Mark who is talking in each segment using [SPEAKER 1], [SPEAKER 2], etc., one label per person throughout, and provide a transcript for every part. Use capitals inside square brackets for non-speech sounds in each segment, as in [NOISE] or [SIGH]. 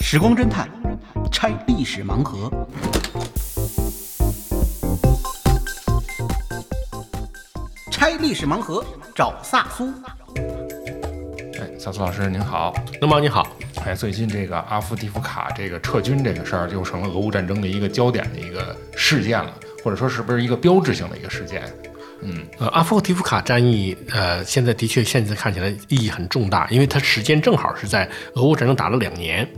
[SPEAKER 1] 时光侦探拆历史盲盒。拆历史盲盒，找萨苏。
[SPEAKER 2] 哎，萨苏老师您好。
[SPEAKER 3] 能帮你好，
[SPEAKER 2] 哎，最近这个阿夫迪夫卡这个撤军这个事儿，就成了俄乌战争的一个焦点的一个事件了，或者说是不是一个标志性的一个事件？
[SPEAKER 3] 呃，阿夫提夫卡战役，呃，现在的确现在看起来意义很重大，因为它时间正好是在俄乌战争打了两年。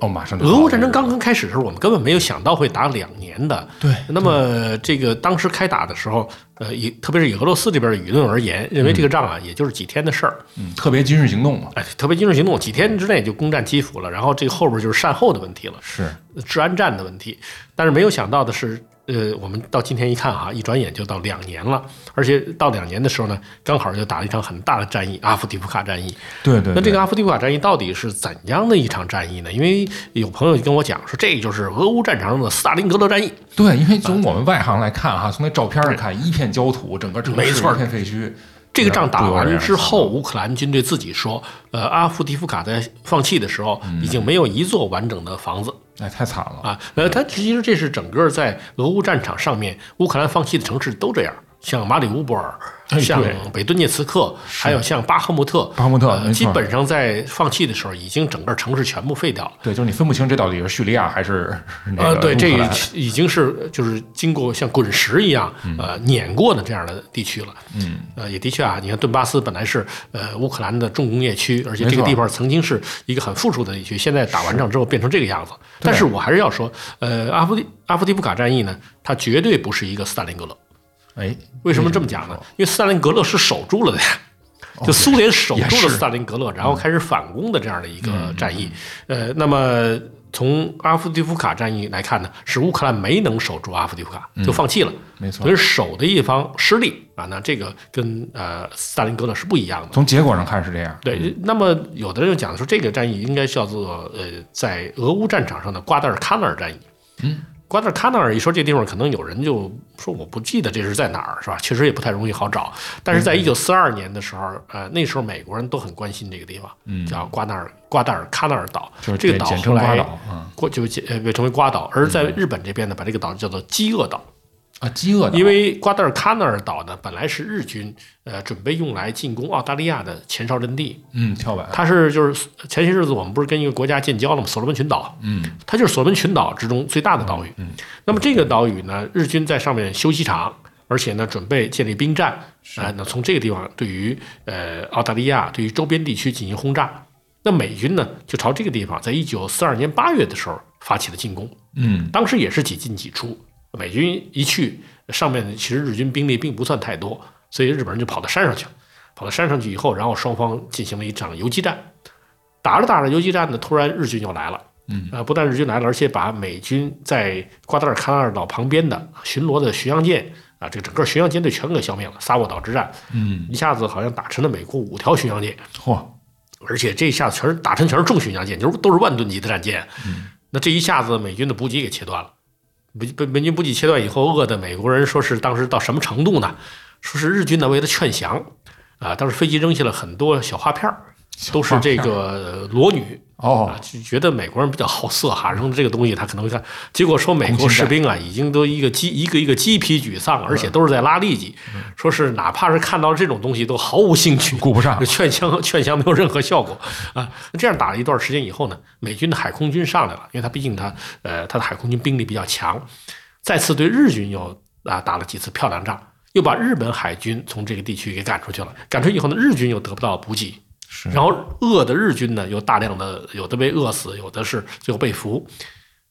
[SPEAKER 2] 哦，马上就
[SPEAKER 3] 俄
[SPEAKER 2] 到
[SPEAKER 3] 乌
[SPEAKER 2] 了
[SPEAKER 3] 战争刚刚开始的时候，我们根本没有想到会打两年的。
[SPEAKER 2] 对
[SPEAKER 3] 那么这个当时开打的时候，呃，以特别是以俄罗斯这边的舆论而言，认为这个仗啊，也就是几天的事儿。
[SPEAKER 2] 嗯特别军事行动嘛，
[SPEAKER 3] 哎，特别军事行动几天之内就攻占基辅了，然后这个后边就是善后的问题了。
[SPEAKER 2] 是
[SPEAKER 3] 治安战的问题。但是没有想到的是，呃，我们到今天一看啊，一转眼就到两年了，而且到两年的时候呢，刚好就打了一场很大的战役——阿夫迪夫卡战役。
[SPEAKER 2] 对对。
[SPEAKER 3] 那这
[SPEAKER 2] 对
[SPEAKER 3] 个阿夫迪夫卡战役到底是怎样的一场战役呢？因为有朋友就跟我讲说，这就是俄乌战场上的斯大林格勒战役。
[SPEAKER 2] 对，因为从我们外行来看哈，从那照片上看，一片焦土，整个城市
[SPEAKER 3] 没错
[SPEAKER 2] 一片废墟。
[SPEAKER 3] 这个仗打完之后，
[SPEAKER 2] 不
[SPEAKER 3] 乌克兰军队自己说，呃，阿夫迪夫卡在放弃的时候，
[SPEAKER 2] 嗯
[SPEAKER 3] 已经没有一座完整的房子，
[SPEAKER 2] 哎，太惨了。
[SPEAKER 3] 啊，呃，它其实这是整个在俄乌战场上面，乌克兰放弃的城市都这样，像马里乌波尔，
[SPEAKER 2] 哎
[SPEAKER 3] 像
[SPEAKER 2] 对
[SPEAKER 3] 北顿涅茨克，还有像巴赫穆特，
[SPEAKER 2] 巴赫穆特
[SPEAKER 3] 呃
[SPEAKER 2] 没错
[SPEAKER 3] 基本上在放弃的时候，已经整个城市全部废掉了。
[SPEAKER 2] 对，就是你分不清这到底是叙利亚还是那
[SPEAKER 3] 呃，
[SPEAKER 2] 个
[SPEAKER 3] 对，这
[SPEAKER 2] 乌克
[SPEAKER 3] 已
[SPEAKER 2] 兰
[SPEAKER 3] 已经是就是经过像滚石一样，
[SPEAKER 2] 嗯
[SPEAKER 3] 呃，碾过的这样的地区了。嗯，呃，也的确啊，你看顿巴斯本来是呃乌克兰的重工业区，而且这
[SPEAKER 2] 没
[SPEAKER 3] 个
[SPEAKER 2] 错
[SPEAKER 3] 地方曾经是一个很富庶的地区，现在打完仗之后变成这个样子。但是我还是要说，呃，阿夫迪阿夫迪夫卡战役呢，它绝对不是一个斯大林格勒。
[SPEAKER 2] 哎，
[SPEAKER 3] 为什么这么讲呢？因为斯大林格勒是守住了的呀，就苏联守住
[SPEAKER 2] 哦也是嗯
[SPEAKER 3] 了斯大林格勒，然后开始反攻的这样的一个战役。呃，那么从阿夫迪夫卡战役来看呢，是乌克兰没能守住阿夫迪夫卡，就放弃了，
[SPEAKER 2] 嗯没错
[SPEAKER 3] 所以守的一方失利啊，那这个跟呃斯大林格勒是不一样的。
[SPEAKER 2] 从结果上看是这样。
[SPEAKER 3] 对，那么有的人就讲说，这个战役应该叫做呃，在俄乌战场上的瓜达尔喀纳尔战役。嗯，瓜达尔喀纳尔一说这地方，可能有人就说我不记得这是在哪儿，是吧？确实也不太容易好找。但是在一九四二年的时候，呃，那时候美国人都很关心这个地方，嗯，叫瓜达尔瓜达尔喀纳尔岛，
[SPEAKER 2] 就是
[SPEAKER 3] 这个岛
[SPEAKER 2] 简
[SPEAKER 3] 后
[SPEAKER 2] 称瓜
[SPEAKER 3] 来
[SPEAKER 2] 岛嗯
[SPEAKER 3] 过就简呃被称为瓜岛，而在日本这边呢，把这个岛叫做饥饿岛。
[SPEAKER 2] 啊，饥饿的，
[SPEAKER 3] 因为瓜达尔喀纳尔岛呢，本来是日军呃准备用来进攻澳大利亚的前哨阵地，
[SPEAKER 2] 嗯，跳板
[SPEAKER 3] 它是就是前些日子我们不是跟一个国家建交了吗？所罗门群岛，嗯，它就是所罗门群岛之中最大的岛屿。嗯，那么这个岛屿呢，日军在上面修机场，而且呢准备建立兵站，啊、那从这个地方对于呃澳大利亚对于周边地区进行轰炸。那美军呢就朝这个地方，在一九四二年八月的时候发起了进攻。
[SPEAKER 2] 嗯，
[SPEAKER 3] 当时也是几进几出，美军一去，上面其实日军兵力并不算太多，所以日本人就跑到山上去了。跑到山上去以后，然后双方进行了一场游击战，打着打着游击战呢，突然日军又来了。嗯，呃，不但日军来了，而且把美军在瓜达尔喀纳尔岛旁边的巡逻的巡洋舰啊，这个整个巡洋舰队全给消灭了。萨沃岛之战，嗯，一下子好像打沉了美国五条巡洋舰，
[SPEAKER 2] 嚯，
[SPEAKER 3] 而且这一下全是打沉全是重巡洋舰，就是都是万吨级的战舰。那这一下子美军的补给给切断了，美美美军补给切断以后，饿的美国人说是当时到什么程度呢？说是日军呢为了劝降，啊，当时飞机扔下了很多小花片儿，都是这个呃裸女。啊
[SPEAKER 2] 哦，，
[SPEAKER 3] 就觉得美国人比较好色哈，扔这个东西他可能会看。结果说美国士兵啊，已经都一个鸡一个一个鸡皮沮丧，而且都是在拉痢疾，说是哪怕是看到这种东西都毫无兴趣，
[SPEAKER 2] 顾不上
[SPEAKER 3] 就劝降 [LAUGHS] 劝降没有任何效果啊。这样打了一段时间以后呢，美军的海空军上来了，因为他毕竟他呃他的海空军兵力比较强，再次对日军又啊打了几次漂亮仗，又把日本海军从这个地区给赶出去了。赶出去以后呢，日军又得不到补给，
[SPEAKER 2] 是
[SPEAKER 3] 然后饿的日军呢，有大量的有的被饿死，有的是最后被俘。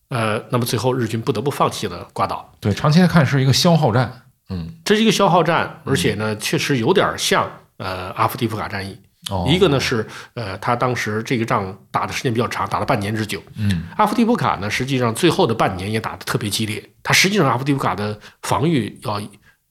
[SPEAKER 3] 呃，那么最后日军不得不放弃了瓜岛。
[SPEAKER 2] 对，长期来看是一个消耗战，嗯，
[SPEAKER 3] 这是一个消耗战，而且呢，确实有点像呃阿夫迪夫卡战役。
[SPEAKER 2] 哦
[SPEAKER 3] 一个呢是呃，他当时这个仗打的时间比较长，打了半年之久。嗯，阿夫迪夫卡呢，实际上最后的半年也打得特别激烈。他实际上阿夫迪夫卡的防御要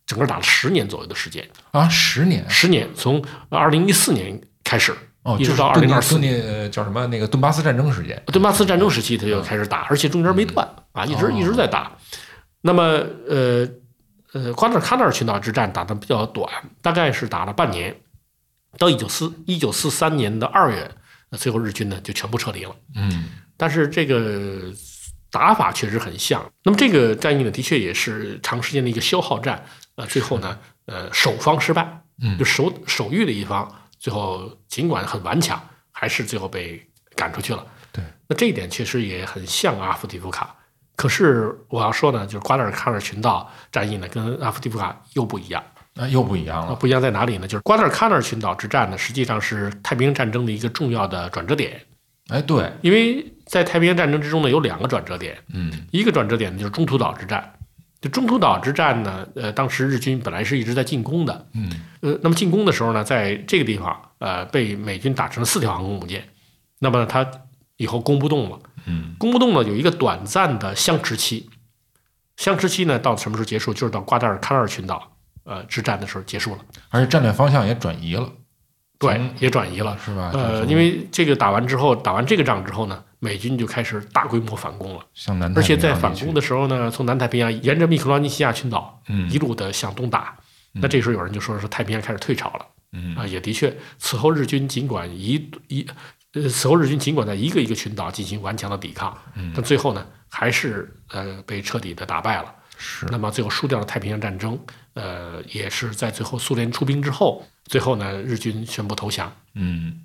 [SPEAKER 3] 整个打了十年左右的时间，
[SPEAKER 2] 啊，十年，
[SPEAKER 3] 十年从二零一四年开始，
[SPEAKER 2] 哦，
[SPEAKER 3] 一
[SPEAKER 2] 就
[SPEAKER 3] 直
[SPEAKER 2] 是
[SPEAKER 3] 到二
[SPEAKER 2] 顿
[SPEAKER 3] 零
[SPEAKER 2] 涅
[SPEAKER 3] 二四
[SPEAKER 2] 顿涅呃叫什么那个顿巴斯战争时间，
[SPEAKER 3] 顿巴斯战争时期他就开始打，而且中间没断啊，一直一直在打。那么呃呃，瓜达尔喀纳尔群岛之战打得比较短，大概是打了半年，到一九四一九四三年的二月，那最后日军呢就全部撤离了。
[SPEAKER 2] 嗯
[SPEAKER 3] 但是这个打法确实很像。那么这个战役呢，的确也是长时间的一个消耗战。呃，最后呢，呃，守方失败，
[SPEAKER 2] 嗯
[SPEAKER 3] 就守守御的一方，最后尽管很顽强，还是最后被赶出去了。
[SPEAKER 2] 对，
[SPEAKER 3] 那这一点确实也很像阿夫迪夫卡。可是我要说呢，就是瓜达尔喀纳群岛战役呢，跟阿夫迪夫卡又不一样。
[SPEAKER 2] 那又不一样
[SPEAKER 3] 啊，
[SPEAKER 2] 了。
[SPEAKER 3] 不一样在哪里呢？就是瓜达尔喀纳群岛之战呢，实际上是太平洋战争的一个重要的转折点。
[SPEAKER 2] 哎，对，
[SPEAKER 3] 因为在太平洋战争之中呢，有两个转折点，
[SPEAKER 2] 嗯
[SPEAKER 3] 一个转折点呢就是中途岛之战。就中途岛之战呢，呃，当时日军本来是一直在进攻的，
[SPEAKER 2] 嗯，
[SPEAKER 3] 呃，那么进攻的时候呢，在这个地方，呃，被美军打成了四条航空母舰，那么它以后攻不动了，
[SPEAKER 2] 嗯，
[SPEAKER 3] 攻不动了，有一个短暂的相持期，相持期呢到什么时候结束？就是到瓜达尔喀纳尔群岛，呃，之战的时候结束了，
[SPEAKER 2] 而且战略方向也转移了，
[SPEAKER 3] 对
[SPEAKER 2] 从，
[SPEAKER 3] 也转移了，
[SPEAKER 2] 是吧？
[SPEAKER 3] 呃，
[SPEAKER 2] 从
[SPEAKER 3] 因为这个打完之后，打完这个仗之后呢，美军就开始大规模反攻了，
[SPEAKER 2] 向南太
[SPEAKER 3] 而且
[SPEAKER 2] 平
[SPEAKER 3] 在
[SPEAKER 2] 洋
[SPEAKER 3] 反
[SPEAKER 2] 地区
[SPEAKER 3] 攻的时候呢，从南太平洋沿着密克罗尼西亚群岛
[SPEAKER 2] 嗯
[SPEAKER 3] 一路的向东打。那这时候有人就说是太平洋开始退潮了
[SPEAKER 2] 嗯
[SPEAKER 3] 啊，也的确，此后日军尽管一一呃，此后日军尽管在一个一个群岛进行顽强的抵抗，
[SPEAKER 2] 嗯
[SPEAKER 3] 但最后呢，还是呃被彻底的打败了。
[SPEAKER 2] 是
[SPEAKER 3] 那么最后输掉了太平洋战争，呃，也是在最后苏联出兵之后，最后呢，日军宣布投降。
[SPEAKER 2] 嗯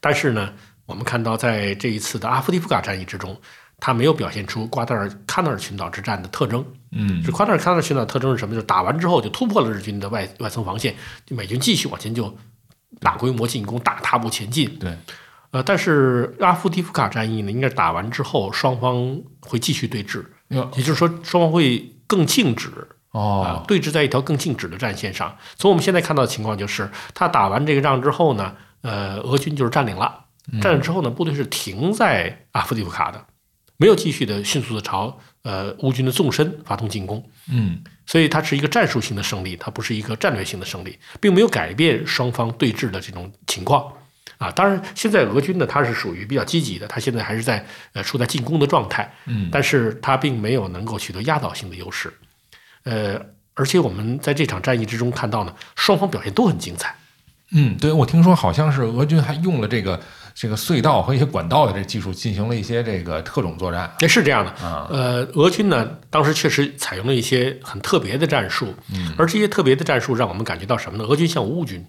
[SPEAKER 3] 但是呢，我们看到在这一次的阿夫迪夫卡战役之中，它没有表现出瓜达尔喀纳尔群岛之战的特征。
[SPEAKER 2] 嗯
[SPEAKER 3] 就瓜达尔喀纳尔群岛的特征是什么？就是打完之后就突破了日军的外外层防线，就美军继续往前就大规模进攻，大踏步前进。
[SPEAKER 2] 对，
[SPEAKER 3] 呃，但是阿夫迪夫卡战役呢，应该是打完之后双方会继续对峙，
[SPEAKER 2] 哟
[SPEAKER 3] 也就是说双方会更静止。啊
[SPEAKER 2] 哦，
[SPEAKER 3] 对峙在一条更静止的战线上。从我们现在看到的情况就是，他打完这个仗之后呢，呃，俄军就是占领了，占领之后呢，部队是停在阿夫迪夫卡的，没有继续的迅速的朝呃乌军的纵深发动进攻，
[SPEAKER 2] 嗯
[SPEAKER 3] 所以它是一个战术性的胜利，它不是一个战略性的胜利，并没有改变双方对峙的这种情况。啊，当然，现在俄军呢，它是属于比较积极的，它现在还是在呃处在进攻的状态，
[SPEAKER 2] 嗯
[SPEAKER 3] 但是他并没有能够取得压倒性的优势。呃，而且我们在这场战役之中看到呢，双方表现都很精彩。
[SPEAKER 2] 嗯，对我听说好像是俄军还用了这个这个隧道和一些管道的这技术进行了一些这个特种作战
[SPEAKER 3] 也是这样的，
[SPEAKER 2] 啊，
[SPEAKER 3] 呃，俄军呢当时确实采用了一些很特别的战术，
[SPEAKER 2] 嗯
[SPEAKER 3] 而这些特别的战术让我们感觉到什么呢？俄军像乌军，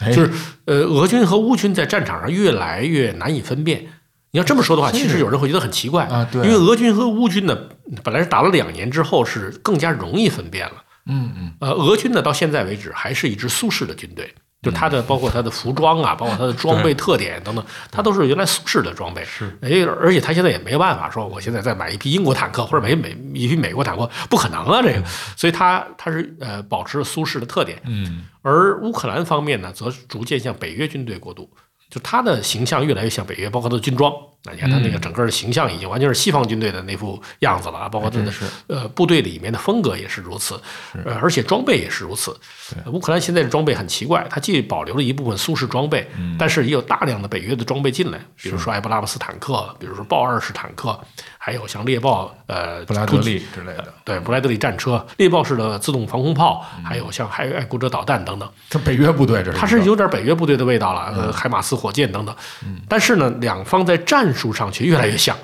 [SPEAKER 2] 哎
[SPEAKER 3] 就是呃，俄军和乌军在战场上越来越难以分辨。你要这么说的话，
[SPEAKER 2] 是
[SPEAKER 3] 其实有人会觉得很奇怪
[SPEAKER 2] 啊对啊
[SPEAKER 3] 因为俄军和乌军呢，本来是打了两年之后是更加容易分辨了。
[SPEAKER 2] 嗯嗯
[SPEAKER 3] 呃，俄军呢到现在为止还是一支苏式的军队，就它
[SPEAKER 2] 嗯
[SPEAKER 3] 的包括它的服装啊，包括它的装备特点等等，它都是原来苏式的装备。
[SPEAKER 2] 是，
[SPEAKER 3] 哎，而且它现在也没有办法说我现在再买一批英国坦克或者买一美一批美国坦克，不可能啊，这个，所以它它是呃保持了苏式的特点，
[SPEAKER 2] 嗯
[SPEAKER 3] 而乌克兰方面呢，则逐渐向北约军队过渡，就它的形象越来越像北约，包括它的军装。那你看它那
[SPEAKER 2] 嗯
[SPEAKER 3] 个整个的形象已经完全是西方军队的那副样子了啊，包括它
[SPEAKER 2] 还
[SPEAKER 3] 的
[SPEAKER 2] 哎真是
[SPEAKER 3] 呃部队里面的风格也是如此，呃而且装备也是如此。呃乌克兰现在的装备很奇怪，它既保留了一部分苏式装备，
[SPEAKER 2] 嗯
[SPEAKER 3] 但是也有大量的北约的装备进来，比如说埃布拉姆斯坦克，比如说豹二式坦克，还有像猎豹呃
[SPEAKER 2] 布拉
[SPEAKER 3] 突
[SPEAKER 2] 德呃
[SPEAKER 3] 击
[SPEAKER 2] 利之类的，
[SPEAKER 3] 对布莱德利战车、猎豹式的自动防空炮，
[SPEAKER 2] 嗯
[SPEAKER 3] 还有像海爱国者导弹等等，
[SPEAKER 2] 这北约嗯部队这是
[SPEAKER 3] 它
[SPEAKER 2] 一
[SPEAKER 3] 是
[SPEAKER 2] 个
[SPEAKER 3] 有点北约部队的味道了，呃，海马斯火箭等等。
[SPEAKER 2] 嗯
[SPEAKER 3] 但是呢，两方在战术上却越来越像，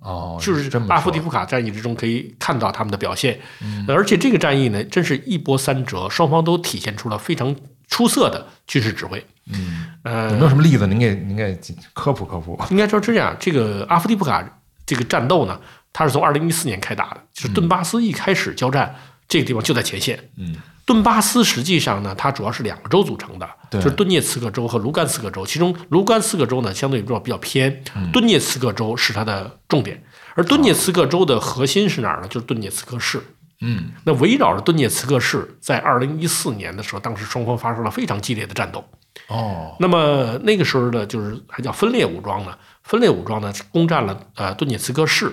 [SPEAKER 2] 哦，
[SPEAKER 3] 就是
[SPEAKER 2] 这么
[SPEAKER 3] 阿夫迪
[SPEAKER 2] 说嗯
[SPEAKER 3] 夫卡战役之中可以看到他们的表现，呃而且这个战役呢，真是一波三折，双方都体现出了非常出色的军事指挥。嗯，呃
[SPEAKER 2] 有，没有什么例子？您给您给科普科普。
[SPEAKER 3] 应该说是这样，这个阿夫迪夫卡这个战斗呢，它是从二零一四年开打的，就是顿巴斯一开始交战，这个地方就在前线。
[SPEAKER 2] 嗯，
[SPEAKER 3] 顿巴斯实际上呢，它主要是两个州组成的，
[SPEAKER 2] 对
[SPEAKER 3] 就是顿涅茨克州和卢甘斯克州。其中卢甘斯克州呢，相对比较比较偏，
[SPEAKER 2] 嗯
[SPEAKER 3] 顿涅茨克州是它的重点。而顿涅茨克州的核心是哪儿呢？就是顿涅茨克市。
[SPEAKER 2] 嗯，
[SPEAKER 3] 那围绕着顿涅茨克市，在二零一四年的时候，当时双方发生了非常激烈的战斗。
[SPEAKER 2] 哦，
[SPEAKER 3] 那么那个时候呢，就是还叫分裂武装呢。分裂武装呢，攻占了呃顿涅茨克市。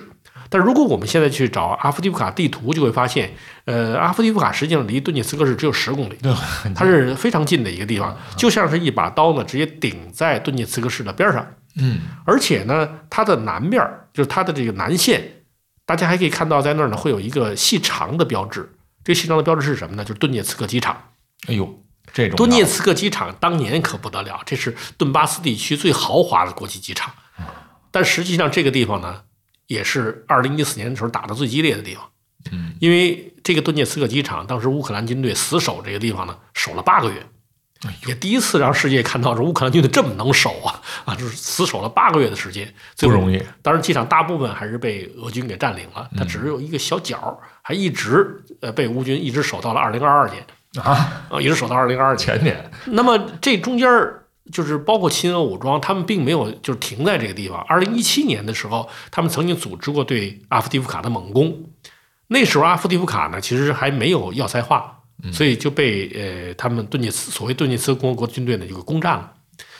[SPEAKER 3] 但如果我们现在去找阿夫迪夫卡地图，就会发现，呃，阿夫迪夫卡实际上离顿涅茨克市只有十公里，
[SPEAKER 2] 对，
[SPEAKER 3] 它是非常近的一个地方，就像是一把刀呢，直接顶在顿涅茨克市的边上。
[SPEAKER 2] 嗯，
[SPEAKER 3] 而且呢，它的南边儿就是它的这个南线，大家还可以看到在那儿呢会有一个细长的标志。这个细长的标志是什么呢？就是顿涅茨克机场。
[SPEAKER 2] 哎呦，这种
[SPEAKER 3] 顿涅茨克机场当年可不得了，这是顿巴斯地区最豪华的国际机场。
[SPEAKER 2] 嗯
[SPEAKER 3] 但实际上，这个地方呢，也是二零一四年的时候打得最激烈的地方。
[SPEAKER 2] 嗯，
[SPEAKER 3] 因为这个顿涅茨克机场，当时乌克兰军队死守这个地方呢，守了八个月，
[SPEAKER 2] 哎
[SPEAKER 3] 也第一次让世界看到这乌克兰军队这么能守啊啊，就是死守了八个月的时间，最
[SPEAKER 2] 不
[SPEAKER 3] 后
[SPEAKER 2] 容易。
[SPEAKER 3] 当然，机场大部分还是被俄军给占领了，它
[SPEAKER 2] 嗯
[SPEAKER 3] 只有一个小角儿，还一直呃被乌军一直守到了二零二二年
[SPEAKER 2] 啊，
[SPEAKER 3] [LAUGHS] 啊，一直守到二零二二年。
[SPEAKER 2] 前年
[SPEAKER 3] 那么这中间儿就是包括亲俄武装，他们并没有就是停在这个地方。二零一七年的时候，他们曾经组织过对阿夫迪夫卡的猛攻。那时候阿夫迪夫卡呢，其实还没有要塞化，所以就被呃他们顿涅茨所谓顿涅茨克共和国军队呢就给攻占了。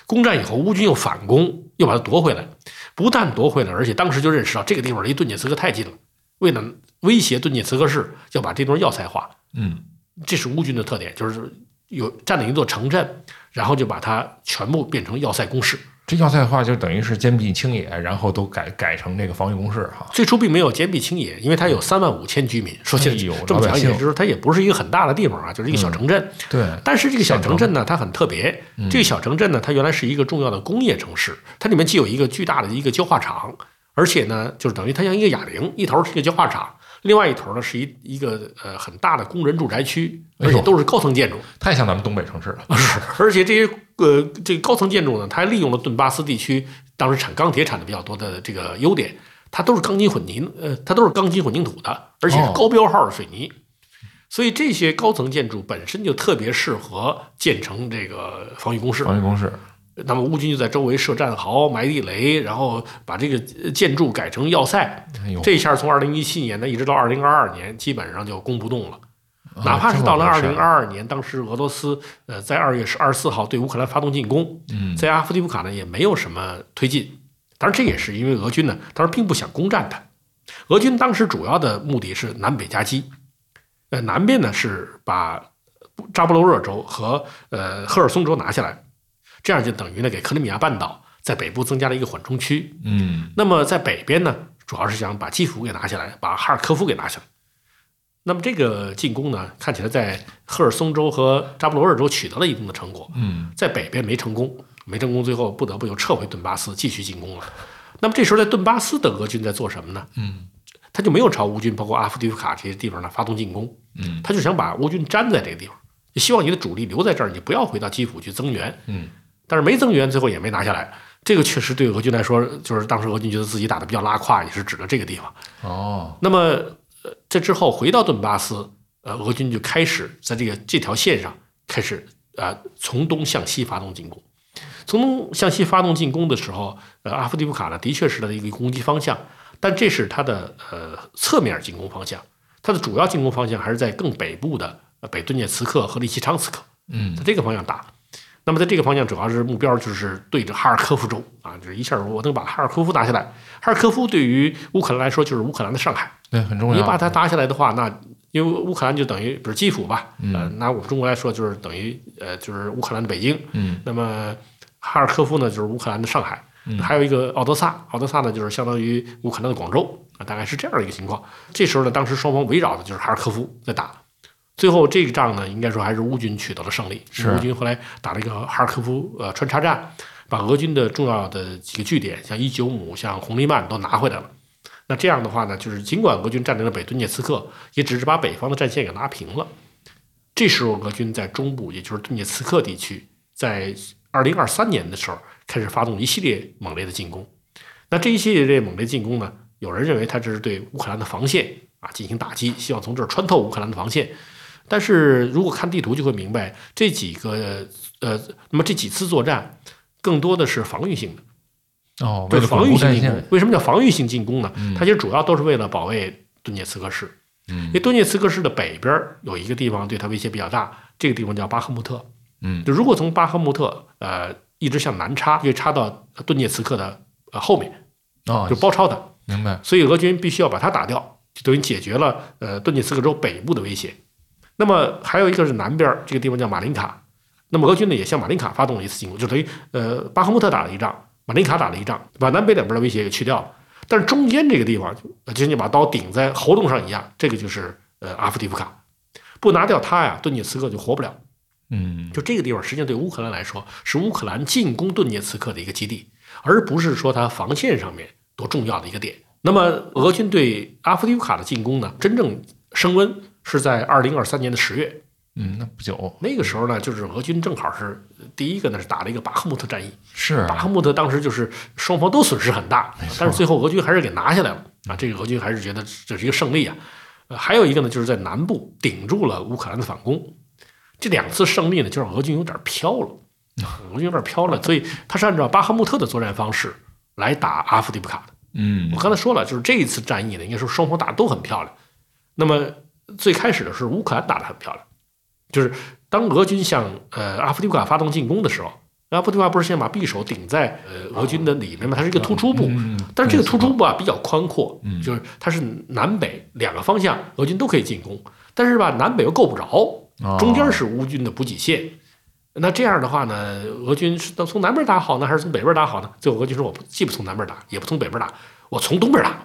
[SPEAKER 3] 攻占以后，乌军又反攻，又把它夺回来。不但夺回来，而且当时就认识到这个地方离顿涅茨克太近了，为了威胁顿涅茨克市，要把这地方要塞化。
[SPEAKER 2] 嗯，
[SPEAKER 3] 这是乌军的特点，就是有占领一座城镇，然后就把它全部变成要塞工事。
[SPEAKER 2] 这要塞的话就等于是坚壁清野，然后都改改成这个防御工事哈。
[SPEAKER 3] 最初并没有坚壁清野，因为它有三万五千居民。说起
[SPEAKER 2] 嗯
[SPEAKER 3] 来
[SPEAKER 2] 哎呦
[SPEAKER 3] 这么
[SPEAKER 2] 老百
[SPEAKER 3] 讲
[SPEAKER 2] 姓嗯
[SPEAKER 3] 也就是它也不是一个很大的地方啊，就是一个小城镇。
[SPEAKER 2] 对，
[SPEAKER 3] 但是这个小城镇呢，它很特别。
[SPEAKER 2] 嗯
[SPEAKER 3] 这个小城镇呢，它原来是一个重要的工业城市，它里面既有一个巨大的一个焦化厂，而且呢，就是等于它像一个哑铃，一头是一个焦化厂，另外一头呢是一一个呃很大的工人住宅区，
[SPEAKER 2] 哎呦
[SPEAKER 3] 而且都是高层建筑。
[SPEAKER 2] 太像咱们东北城市了。
[SPEAKER 3] 而且这些呃这个高层建筑呢，它还利用了顿巴斯地区当时产钢铁产的比较多的这个优点，它都是钢筋混凝呃它都是钢筋混凝土的，而且是
[SPEAKER 2] 哦
[SPEAKER 3] 高标号的水泥。所以这些高层建筑本身就特别适合建成这个防御工事。
[SPEAKER 2] 防御工事，
[SPEAKER 3] 那么乌军就在周围设战壕、埋地雷，然后把这个呃建筑改成要塞。
[SPEAKER 2] 哎呦，
[SPEAKER 3] 这一下从二零一七年呢，一直到二零二二年，基本上就攻不动了。
[SPEAKER 2] 啊
[SPEAKER 3] 哪怕是到了二
[SPEAKER 2] 这
[SPEAKER 3] 零
[SPEAKER 2] 么回事
[SPEAKER 3] 二
[SPEAKER 2] 儿
[SPEAKER 3] 二年，当时俄罗斯呃在二月二十四号对乌克兰发动进攻，
[SPEAKER 2] 嗯，
[SPEAKER 3] 在阿夫迪夫卡呢也没有什么推进。当然，这也是因为俄军呢当时并不想攻占它。俄军当时主要的目的是南北夹击，呃，南边呢是把扎波罗热州和呃赫尔松州拿下来，这样就等于呢给克里米亚半岛在北部增加了一个缓冲区。
[SPEAKER 2] 嗯，
[SPEAKER 3] 那么在北边呢，主要是想把基辅给拿下来，把哈尔科夫给拿下来。那么这个进攻呢，看起来在赫尔松州和扎波罗热州取得了一定的成果，
[SPEAKER 2] 嗯，
[SPEAKER 3] 在北边没成功，没成功，最后不得不又撤回顿巴斯继续进攻了。那么这时候在顿巴斯的俄军在做什么呢？
[SPEAKER 2] 嗯，
[SPEAKER 3] 他就没有朝乌军，包括阿夫迪夫卡这些地方呢发动进攻，
[SPEAKER 2] 嗯，
[SPEAKER 3] 他就想把乌军粘在这个地方，就希望你的主力留在这儿，你不要回到基辅去增援，
[SPEAKER 2] 嗯，
[SPEAKER 3] 但是没增援，最后也没拿下来。这个确实对俄军来说，就是当时俄军觉得自己打得比较拉胯，也是指着这个地方。
[SPEAKER 2] 哦，
[SPEAKER 3] 那么呃这之后回到顿巴斯，呃，俄军就开始在这个这条线上开始呃从东向西发动进攻。从东向西发动进攻的时候，呃，阿夫迪夫卡呢的确是它的一个攻击方向，但这是它的呃侧面进攻方向，它的主要进攻方向还是在更北部的、呃、北顿涅茨克和利西昌斯克。
[SPEAKER 2] 嗯，
[SPEAKER 3] 在这个方向打。那么在这个方向，主要是目标就是对着哈尔科夫州啊，就是一下我能把哈尔科夫拿下来。哈尔科夫对于乌克兰来说就是乌克兰的上海，
[SPEAKER 2] 对，很重要。
[SPEAKER 3] 你把它拿下来的话，那因为乌克兰就等于比如基辅吧，
[SPEAKER 2] 嗯
[SPEAKER 3] 呃，拿我们中国来说就是等于呃就是乌克兰的北京，
[SPEAKER 2] 嗯，
[SPEAKER 3] 那么哈尔科夫呢就是乌克兰的上海，还有一个奥德萨，奥德萨呢就是相当于乌克兰的广州啊，大概是这样的一个情况。这时候呢，当时双方围绕的就是哈尔科夫在打。最后这个仗呢，应该说还是乌军取得了胜利。
[SPEAKER 2] 是
[SPEAKER 3] 乌军后来打了一个哈尔科夫呃穿插战，把俄军的重要的几个据点，像伊久姆、像红利曼都拿回来了。那这样的话呢，就是尽管俄军占领了北顿涅茨克，也只是把北方的战线给拉平了。这时候，俄军在中部，也就是顿涅茨克地区，在二零二三年的时候开始发动一系列猛烈的进攻。那这一系列猛烈进攻呢，有人认为它这是对乌克兰的防线啊进行打击，希望从这儿穿透乌克兰的防线。但是如果看地图就会明白，这几个呃，那么这几次作战更多的是防御性的。
[SPEAKER 2] 哦，为
[SPEAKER 3] 对
[SPEAKER 2] 了
[SPEAKER 3] 防
[SPEAKER 2] 巩
[SPEAKER 3] 御
[SPEAKER 2] 固
[SPEAKER 3] 性
[SPEAKER 2] 战
[SPEAKER 3] 进攻
[SPEAKER 2] 线，。
[SPEAKER 3] 为什么叫防御性进攻呢？它其实主要都是为了保卫顿涅茨克市。
[SPEAKER 2] 嗯
[SPEAKER 3] 因为顿涅茨克市的北边儿有一个地方对它威胁比较大，这个地方叫巴赫穆特。
[SPEAKER 2] 嗯，
[SPEAKER 3] 就如果从巴赫穆特呃一直向南插，就插到顿涅茨克的呃后面，
[SPEAKER 2] 哦
[SPEAKER 3] 就，包抄它。
[SPEAKER 2] 明白。
[SPEAKER 3] 所以俄军必须要把它打掉，就等于解决了呃顿涅茨克州北部的威胁。那么还有一个是南边儿这个地方叫马林卡，那么俄军呢也向马林卡发动了一次进攻，就等于呃巴赫穆特打了一仗，马林卡打了一仗，把南北两边的威胁给去掉了。但是中间这个地方，就像你把刀顶在喉咙上一样，这个就是呃阿夫迪夫卡，不拿掉它呀，顿涅茨克就活不了。
[SPEAKER 2] 嗯
[SPEAKER 3] 就这个地方，实际上对乌克兰来说，是乌克兰进攻顿涅茨克的一个基地，而不是说它防线上面多重要的一个点。那么，俄军对阿夫迪夫卡的进攻呢，真正升温是在二零二三年的十月，
[SPEAKER 2] 嗯，那不久
[SPEAKER 3] 那个时候呢，就是俄军正好是第一个呢是打了一个巴赫穆特战役，
[SPEAKER 2] 是啊
[SPEAKER 3] 巴赫穆特当时就是双方都损失很大，但是最后俄军还是给拿下来了啊！这个俄军还是觉得这是一个胜利啊。呃，还有一个呢，就是在南部顶住了乌克兰的反攻，这两次胜利呢，就让俄军有点飘了，俄军有点飘了，所以他是按照巴赫穆特的作战方式来打阿夫迪夫卡的。
[SPEAKER 2] 嗯
[SPEAKER 3] 我刚才说了，就是这一次战役呢，应该说双方打得都很漂亮。那么最开始的时候，乌克兰打得很漂亮，就是当俄军向呃阿夫迪夫卡发动进攻的时候，阿夫迪夫卡不是先把匕首顶在呃俄军的里面吗？它是一个突出部，
[SPEAKER 2] 嗯
[SPEAKER 3] 但是这个突出部啊比较宽阔，
[SPEAKER 2] 嗯
[SPEAKER 3] 就是它是南北两个方向俄军都可以进攻，但是吧南北又够不着，
[SPEAKER 2] 哦
[SPEAKER 3] 中间是乌军的补给线。那这样的话呢，俄军是从南边打好呢，还是从北边打好呢？最后俄军说，我不既不从南边打，也不从北边打，我从东边打，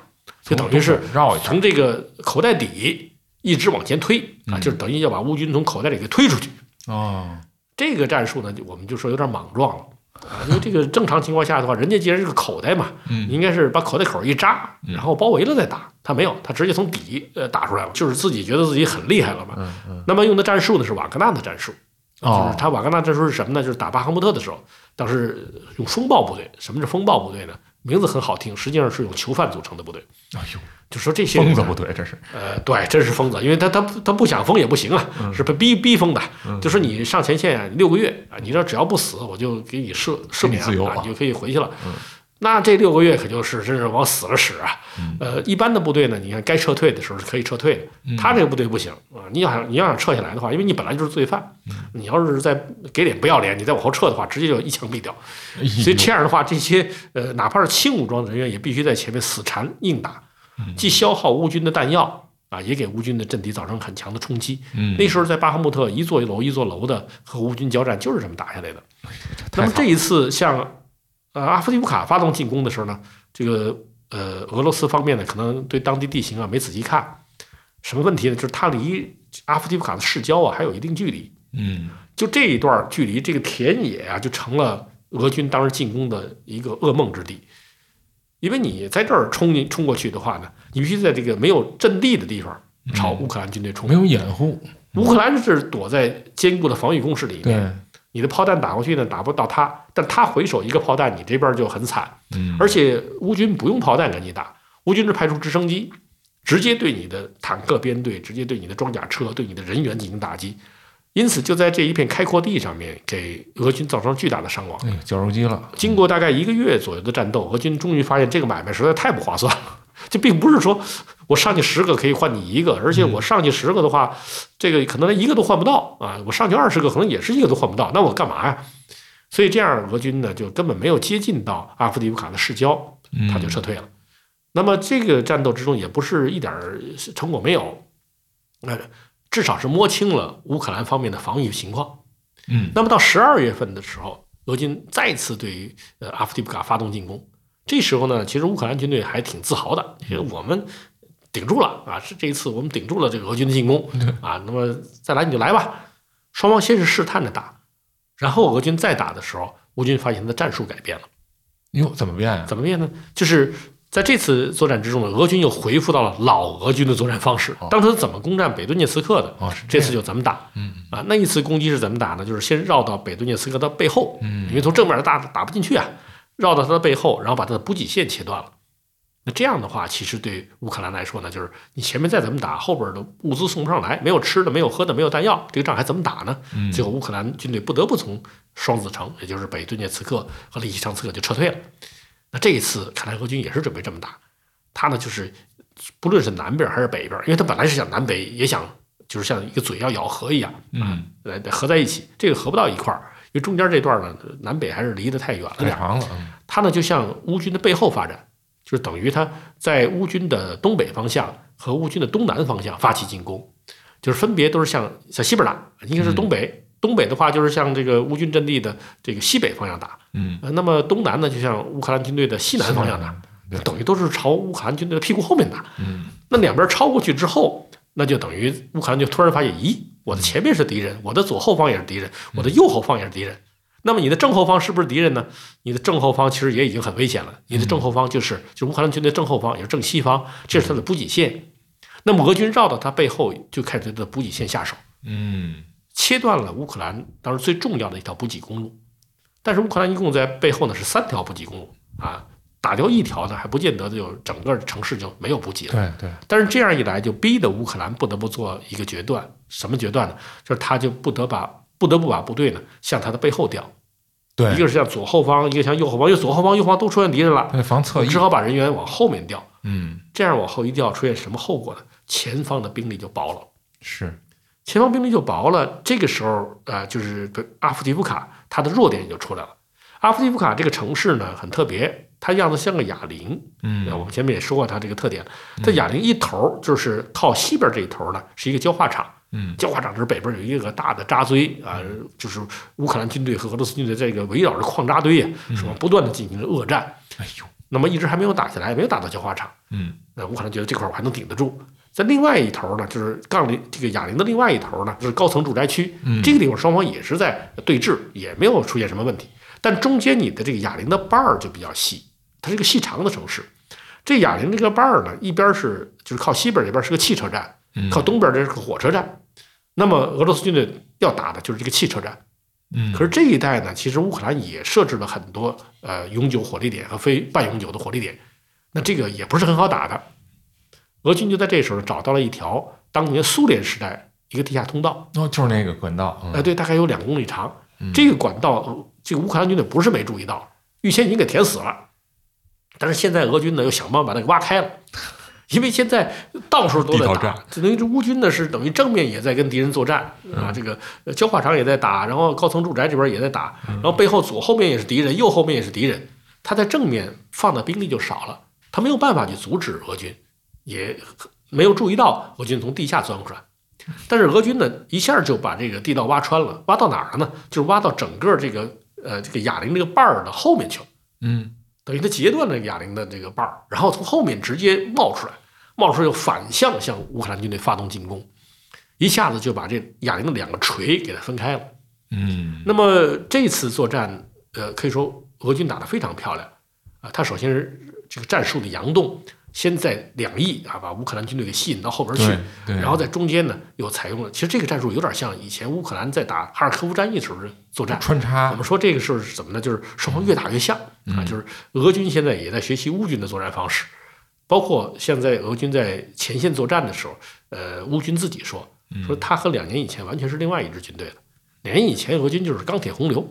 [SPEAKER 3] 就等于是
[SPEAKER 2] 绕一圈
[SPEAKER 3] 从这个口袋底一直往前推
[SPEAKER 2] 嗯
[SPEAKER 3] 啊，就是等于要把乌军从口袋里给推出去。
[SPEAKER 2] 哦，
[SPEAKER 3] 这个战术呢，就我们就说有点莽撞了。啊，因为这个正常情况下的话，人家既然是个口袋嘛，
[SPEAKER 2] 嗯
[SPEAKER 3] 你应该是把口袋口一扎，
[SPEAKER 2] 嗯
[SPEAKER 3] 然后包围了再打。他没有，他直接从底呃打出来了，就是自己觉得自己很厉害了嘛。
[SPEAKER 2] 嗯嗯
[SPEAKER 3] 那么用的战术呢是瓦格纳的战术，就是
[SPEAKER 2] 哦，
[SPEAKER 3] 他瓦格纳战术是什么呢？就是打巴赫穆特的时候，当时用风暴部队。什么是风暴部队呢？名字很好听，实际上是用囚犯组成的部队。
[SPEAKER 2] 哎呦，
[SPEAKER 3] 就说这些人
[SPEAKER 2] 疯
[SPEAKER 3] 呢
[SPEAKER 2] 子不对，这是
[SPEAKER 3] 呃，对，真是疯子，因为他他他不想疯也不行啊，
[SPEAKER 2] 嗯
[SPEAKER 3] 是被逼逼疯的。就说你上前线啊六个月啊，你这只要不死，我就给你赦赦
[SPEAKER 2] 给你
[SPEAKER 3] 免
[SPEAKER 2] 自由
[SPEAKER 3] 啊
[SPEAKER 2] 啊，
[SPEAKER 3] 你就可以回去了。那这六个月可就是真是往死了使啊！
[SPEAKER 2] 嗯
[SPEAKER 3] 呃，一般的部队呢，你看该撤退的时候是可以撤退的，他这个部队不行啊。你要想你要想撤下来的话，因为你本来就是罪犯，
[SPEAKER 2] 嗯
[SPEAKER 3] 你要是再给脸不要脸，你再往后撤的话，直接就一枪毙掉。
[SPEAKER 2] 哎呦
[SPEAKER 3] 所以这样的话，这些呃，哪怕是轻武装的人员，也必须在前面死缠硬打，
[SPEAKER 2] 嗯
[SPEAKER 3] 既消耗乌军的弹药啊，也给乌军的阵地造成很强的冲击。
[SPEAKER 2] 嗯
[SPEAKER 3] 那时候在巴赫穆特一座楼一座楼的和乌军交战，就是这么打下来的。
[SPEAKER 2] 太
[SPEAKER 3] 那么
[SPEAKER 2] 惨
[SPEAKER 3] 这一次向呃阿夫迪夫卡发动进攻的时候呢，这个呃俄罗斯方面呢，可能对当地地形啊没仔细看，什么问题呢？就是它离阿夫迪夫卡的市郊啊还有一定距离。
[SPEAKER 2] 嗯
[SPEAKER 3] 就这一段距离，这个田野啊，就成了俄军当时进攻的一个噩梦之地。因为你在这儿冲进冲过去的话呢，你必须在这个没有阵地的地方朝
[SPEAKER 2] 嗯
[SPEAKER 3] 乌克兰军队冲。
[SPEAKER 2] 没有掩护，
[SPEAKER 3] 乌克兰是躲在坚固的防御工事里面，
[SPEAKER 2] 对，
[SPEAKER 3] 你的炮弹打过去呢，打不到他，但他回手一个炮弹，你这边就很惨。
[SPEAKER 2] 嗯
[SPEAKER 3] 而且乌军不用炮弹给你打，乌军是派出直升机，直接对你的坦克编队、直接对你的装甲车、对你的人员进行打击。因此，就在这一片开阔地上面，给俄军造成巨大的伤亡。
[SPEAKER 2] 哎呦，绞肉机了，
[SPEAKER 3] 经过大概一个月左右的战斗，俄军终于发现这个买卖实在太不划算了。这并不是说我上去十个可以换你一个，而且我上去十个的话，这个可能连一个都换不到啊！我上去二十个，可能也是一个都换不到，那我干嘛呀？所以这样，俄军呢就根本没有接近到阿夫迪夫卡的市郊，
[SPEAKER 2] 嗯
[SPEAKER 3] 他就撤退了。那么这个战斗之中也不是一点儿成果没有，呃，至少是摸清了乌克兰方面的防御情况。
[SPEAKER 2] 嗯
[SPEAKER 3] 那么到十二月份的时候，俄军再次对于呃阿夫迪夫卡发动进攻。这时候呢，其实乌克兰军队还挺自豪的，因为
[SPEAKER 2] 嗯
[SPEAKER 3] 我们顶住了啊，是这一次我们顶住了这个俄军的进攻啊。那么再来你就来吧。双方先是试探着打，然后俄军再打的时候，乌军发现他的战术改变了。
[SPEAKER 2] 哟，怎么变呀？
[SPEAKER 3] 怎么变呢？就是在这次作战之中呢，俄军又恢复到了老俄军的作战方式
[SPEAKER 2] 哦。
[SPEAKER 3] 当时怎么攻占北顿涅茨克的？
[SPEAKER 2] 哦，是
[SPEAKER 3] 这
[SPEAKER 2] 样
[SPEAKER 3] 次就怎么打
[SPEAKER 2] 嗯
[SPEAKER 3] 啊？那一次攻击是怎么打呢？就是先绕到北顿涅茨克的背后，因
[SPEAKER 2] 嗯
[SPEAKER 3] 为从正面打打不进去啊，绕到他的背后，然后把他的补给线切断了。那这样的话，其实对乌克兰来说呢，就是你前面再怎么打，后边的物资送不上来，没有吃的，没有喝的，没有弹药，这个仗还怎么打呢？
[SPEAKER 2] 嗯
[SPEAKER 3] 最后乌克兰军队不得不从双子城，也就是北顿涅茨克和利西昌茨克就撤退了。那这一次，看来俄军也是准备这么打，他呢就是不论是南边还是北边，因为他本来是想南北也想就是像一个嘴要咬合一样，啊，来合在一起，这个合不到一块儿，因为中间这段呢南北还是离得太远了
[SPEAKER 2] 太
[SPEAKER 3] 点儿。
[SPEAKER 2] 长了，嗯
[SPEAKER 3] 他呢就向乌军的背后发展，就是等于他在乌军的东北方向和乌军的东南方向发起进攻，就是分别都是向向西边打，一个是东北。东北的话，就是向这个乌军阵地的这个西北方向打，
[SPEAKER 2] 嗯，
[SPEAKER 3] 呃，那么东南呢，就向乌克兰军队的西南方向打，
[SPEAKER 2] 对
[SPEAKER 3] 等于都是朝乌克兰军队的屁股后面打。
[SPEAKER 2] 嗯，
[SPEAKER 3] 那两边超过去之后，那就等于乌克兰就突然发现，咦，我的前面是敌人，我的左后方也是敌人，我的右后方也是敌人。那么你的正后方是不是敌人呢？你的正后方其实也已经很危险了。你的正后方就是就是乌克兰军队正后方，也是正西方，这是它的补给线。那么俄军绕到它背后，就开始对它的补给线下手。
[SPEAKER 2] 嗯
[SPEAKER 3] 切断了乌克兰当时最重要的一条补给公路。但是乌克兰一共在背后呢是三条补给公路啊，打掉一条呢还不见得就整个城市就没有补给了。
[SPEAKER 2] 对对，
[SPEAKER 3] 但是这样一来，就逼得乌克兰不得不做一个决断，什么决断呢？就是他就不得把不得不把部队呢向他的背后调，
[SPEAKER 2] 对
[SPEAKER 3] 一个是向左后方，一个向右后方，因为左后方、右后方都出现敌人了，
[SPEAKER 2] 他得防侧
[SPEAKER 3] 我
[SPEAKER 2] 翼
[SPEAKER 3] 只，好把人员往后面调。
[SPEAKER 2] 嗯
[SPEAKER 3] 这样往后一调，出现什么后果呢？前方的兵力就薄了。
[SPEAKER 2] 是，
[SPEAKER 3] 前方兵力就薄了。这个时候，呃，就是阿夫迪夫卡它的弱点也就出来了。阿夫迪夫卡这个城市呢很特别，它样子像个哑铃。呃
[SPEAKER 2] 嗯
[SPEAKER 3] 我们前面也说过它这个特点。它哑铃一头就是靠西边这一头呢是一个焦化厂，
[SPEAKER 2] 嗯
[SPEAKER 3] 焦化厂这北边有一个大的渣堆啊、就是乌克兰军队和俄罗斯军队这个围绕着矿渣堆啊，
[SPEAKER 2] 嗯
[SPEAKER 3] 是吧？不断的进行着恶战。
[SPEAKER 2] 哎呦，
[SPEAKER 3] 那么一直还没有打下来，也没有打到焦化厂。
[SPEAKER 2] 嗯
[SPEAKER 3] 那乌克兰觉得这块儿我还能顶得住。在另外一头呢，就是杠铃这个哑铃的另外一头呢，就是高层住宅区。
[SPEAKER 2] 嗯
[SPEAKER 3] 这个地方双方也是在对峙，也没有出现什么问题。但中间你的这个哑铃的把儿就比较细，它是一个细长的城市。这哑铃这个把儿呢，一边是就是靠西边这边是个汽车站，
[SPEAKER 2] 嗯
[SPEAKER 3] 靠东边这是个火车站。那么俄罗斯军队要打的就是这个汽车站。
[SPEAKER 2] 嗯
[SPEAKER 3] 可是这一带呢，其实乌克兰也设置了很多呃永久火力点和非半永久的火力点，那这个也不是很好打的。俄军就在这时候找到了一条当年苏联时代一个地下通道，
[SPEAKER 2] 哦就是那个管道，
[SPEAKER 3] 哎、
[SPEAKER 2] 嗯
[SPEAKER 3] 对，大概有两公里长。
[SPEAKER 2] 嗯
[SPEAKER 3] 这个管道，呃这个乌克兰军队不是没注意到，预先已经给填死了，但是现在俄军呢又想办法把它给挖开了。因为现在到处都在
[SPEAKER 2] 地道
[SPEAKER 3] 打
[SPEAKER 2] 战，嗯
[SPEAKER 3] 这等于这乌军呢是等于正面也在跟敌人作战啊，这个呃焦化厂也在打，然后高层住宅这边也在打，
[SPEAKER 2] 嗯
[SPEAKER 3] 然后背后左后面也是敌人，右后面也是敌人，他在正面放的兵力就少了，他没有办法去阻止俄军，也没有注意到俄军从地下钻出来。但是俄军呢，一下就把这个地道挖穿了，挖到哪儿了呢？就是挖到整个这个呃这个哑铃这个把儿的后面去了。
[SPEAKER 2] 嗯
[SPEAKER 3] 等于它截断了这个哑铃的这个把儿，然后从后面直接冒出来，冒出来又反向向乌克兰军队发动进攻，一下子就把这哑铃的两个锤给它分开了。
[SPEAKER 2] 嗯
[SPEAKER 3] 那么这次作战，呃，可以说俄军打得非常漂亮啊。他首先是这个战术的佯动，先在两翼啊把乌克兰军队给吸引到后边去
[SPEAKER 2] 对，对
[SPEAKER 3] 然后在中间呢又采用了，其实这个战术有点像以前乌克兰在打哈尔科夫战役时候的作战。
[SPEAKER 2] 穿
[SPEAKER 3] 我
[SPEAKER 2] 插
[SPEAKER 3] 们，说这个事儿是怎么呢？就是双方越打越像
[SPEAKER 2] 嗯
[SPEAKER 3] 啊，就是俄军现在也在学习乌军的作战方式，包括现在俄军在前线作战的时候，呃，乌军自己说
[SPEAKER 2] 嗯
[SPEAKER 3] 说他和两年以前完全是另外一支军队了。两年以前俄军就是钢铁洪流，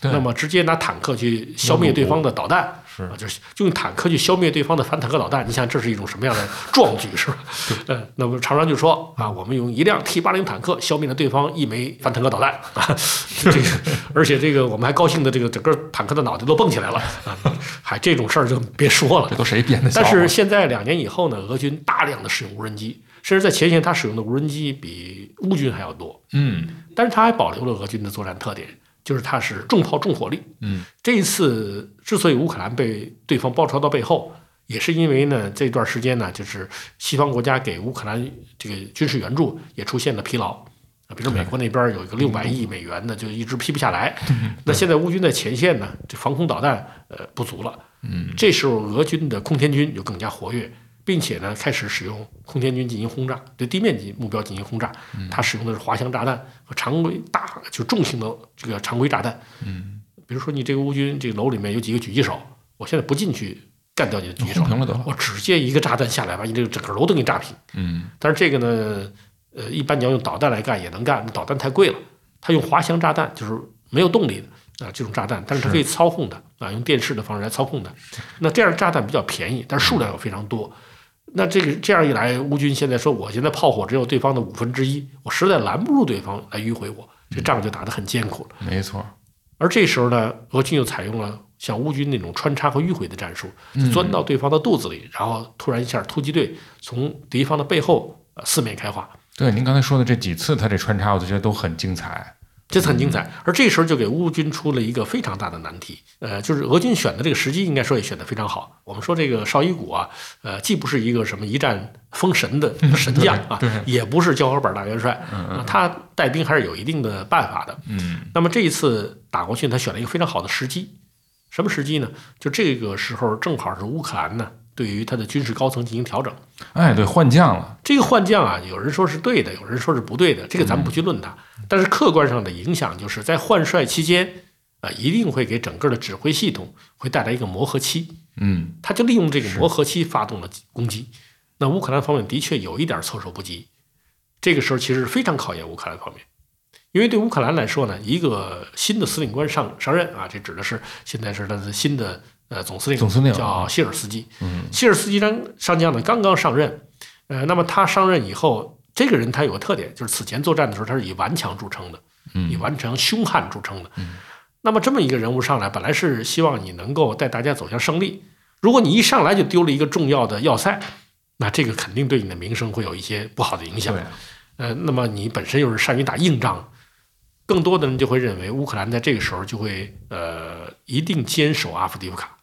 [SPEAKER 2] 对
[SPEAKER 3] 那么直接拿坦克去消灭对方的导弹，
[SPEAKER 2] 是
[SPEAKER 3] 啊，就是就用坦克去消灭对方的反坦克导弹，你想这是一种什么样的壮举，是吧？呃，那么常常就说啊，我们用一辆 T 八零坦克消灭了对方一枚反坦克导弹啊，这个，而且这个我们还高兴的这个整个坦克的脑袋都蹦起来了啊，还这种事儿就别说了
[SPEAKER 2] 这。都谁编的笑
[SPEAKER 3] 但
[SPEAKER 2] 话？
[SPEAKER 3] 是现在两年以后呢，俄军大量的使用无人机，甚至在前线他使用的无人机比乌军还要多。
[SPEAKER 2] 嗯
[SPEAKER 3] 但是他还保留了俄军的作战特点，就是它是重炮重火力。
[SPEAKER 2] 嗯，
[SPEAKER 3] 这一次之所以乌克兰被对方包抄到背后，也是因为呢这段时间呢，就是西方国家给乌克兰这个军事援助也出现了疲劳。啊，比如美国那边有一个六百亿美元的，就一直批不下来。那现在乌军在前线呢，这防空导弹呃不足了。
[SPEAKER 2] 嗯，
[SPEAKER 3] 这时候俄军的空天军就更加活跃，并且呢开始使用空天军进行轰炸，对地面进目标进行轰炸。它使用的是滑翔炸弹和常规大就重型的这个常规炸弹。嗯，比如说你这个乌军这个楼里面有几个狙击手，我现在不进去干掉你的狙击手
[SPEAKER 2] 轰，平了得了，
[SPEAKER 3] 我只借一个炸弹下来把你这个整个楼都给你炸平。
[SPEAKER 2] 嗯
[SPEAKER 3] 但是这个呢，呃，一般你要用导弹来干也能干，导弹太贵了。它用滑翔炸弹，就是没有动力的啊、这种炸弹，但是它可以操控的啊、用电视的方式来操控的。那这样的炸弹比较便宜，但是数量又非常多。那这个这样一来，乌军现在说我现在炮火只有对方的五分之一，我实在拦不住对方来迂回我，这仗就打得很艰苦了。
[SPEAKER 2] 没错，
[SPEAKER 3] 而这时候呢，俄军又采用了像乌军那种穿插和迂回的战术，钻到对方的肚子里，然后突然一下突击队从敌方的背后、呃、四面开花。
[SPEAKER 2] 对，您刚才说的这几次，他这穿插，我就觉得都很精彩。
[SPEAKER 3] 这次很精彩。而这时候就给乌军出了一个非常大的难题，呃，就是俄军选的这个时机，应该说也选得非常好。我们说这个绍伊古啊，呃，既不是一个什么一战封神的神将啊，也不是胶合板大元帅，啊他带兵还是有一定的办法的。
[SPEAKER 2] 嗯
[SPEAKER 3] 那么这一次打过去，他选了一个非常好的时机，什么时机呢？就这个时候正好是乌克兰呢对于他的军事高层进行调整。
[SPEAKER 2] 哎，对，换将了，
[SPEAKER 3] 这个换将啊，有人说是对的，有人说是不对的，这个咱们不去论它。但是客观上的影响就是在换帅期间，啊、一定会给整个的指挥系统会带来一个磨合期。
[SPEAKER 2] 嗯
[SPEAKER 3] 他就利用这个磨合期发动了攻击。那乌克兰方面的确有一点措手不及，这个时候其实是非常考验乌克兰方面，因为对乌克兰来说呢，一个新的司令官上上任啊，这指的是现在是他的新的呃总司令，
[SPEAKER 2] 总司令啊
[SPEAKER 3] 叫谢尔斯基。
[SPEAKER 2] 嗯，
[SPEAKER 3] 谢尔斯基刚上将呢，刚刚上任，呃，那么他上任以后，这个人他有个特点，就是此前作战的时候他是以顽强著称的，以顽强凶悍著称的。那么这么一个人物上来，本来是希望你能够带大家走向胜利，如果你一上来就丢了一个重要的要塞，那这个肯定对你的名声会有一些不好的影响
[SPEAKER 2] 对。嗯
[SPEAKER 3] 呃，那么你本身又是善于打硬仗，更多的人就会认为乌克兰在这个时候就会呃一定坚守阿夫迪夫卡，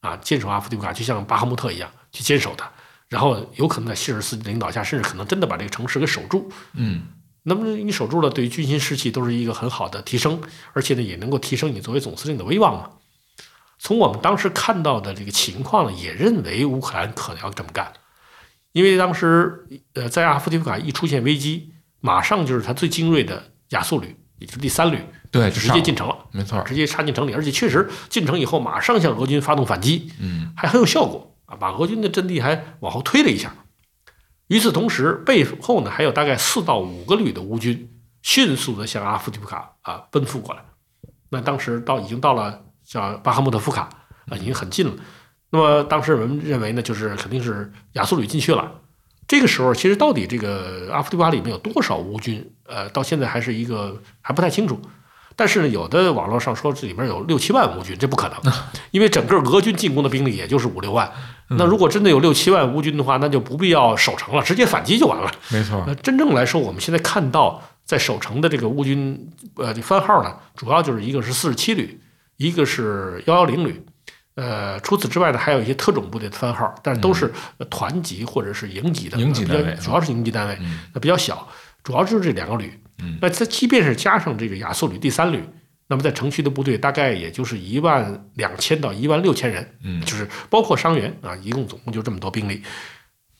[SPEAKER 3] 啊，坚守阿夫迪夫卡，就像巴赫穆特一样去坚守它，然后有可能在希尔斯基领导下，甚至可能真的把这个城市给守住。
[SPEAKER 2] 嗯，
[SPEAKER 3] 那么你守住了，对于军心士气都是一个很好的提升，而且呢，也能够提升你作为总司令的威望嘛。从我们当时看到的这个情况呢，也认为乌克兰可能要这么干，因为当时呃，在阿夫迪夫卡一出现危机，马上就是他最精锐的亚速旅，也就是第三旅，
[SPEAKER 2] 对，就
[SPEAKER 3] 直
[SPEAKER 2] 上
[SPEAKER 3] 接
[SPEAKER 2] 了
[SPEAKER 3] 进城了，
[SPEAKER 2] 没错儿，
[SPEAKER 3] 啊直接杀进城里，而且确实进城以后马上向俄军发动反击，
[SPEAKER 2] 嗯
[SPEAKER 3] 还很有效果啊，把俄军的阵地还往后推了一下。与此同时，背后呢还有大概四到五个旅的乌军迅速的向阿夫迪夫卡啊奔赴过来。那当时到已经到了叫巴赫穆特夫卡啊，已经很近了。那么当时我们认为呢，就是肯定是亚速旅进去了。这个时候，其实到底这个阿夫迪夫卡里面有多少乌军，呃，到现在还是一个还不太清楚。但是呢，有的网络上说这里面有六七万乌军，这不可能。
[SPEAKER 2] [LAUGHS]
[SPEAKER 3] 因为整个俄军进攻的兵力也就是五六万，
[SPEAKER 2] 嗯
[SPEAKER 3] 那如果真的有六七万乌军的话，那就不必要守城了，直接反击就完了。
[SPEAKER 2] 没错儿，
[SPEAKER 3] 那真正来说，我们现在看到在守城的这个乌军，呃，这番号呢，主要就是一个是四十七旅，一个是幺幺零旅，呃，除此之外呢，还有一些特种部队的番号，但是都是呃团级或者是营级的，
[SPEAKER 2] 嗯营级
[SPEAKER 3] 呃比较
[SPEAKER 2] 单位
[SPEAKER 3] 主要是营级单位，那呃比较小，主要就是这两个旅。
[SPEAKER 2] 嗯
[SPEAKER 3] 那它即便是加上这个亚速旅第三旅，那么在城区的部队大概也就是一万两千到一万六千人，
[SPEAKER 2] 嗯
[SPEAKER 3] 就是包括伤员啊，一共总共就这么多兵力。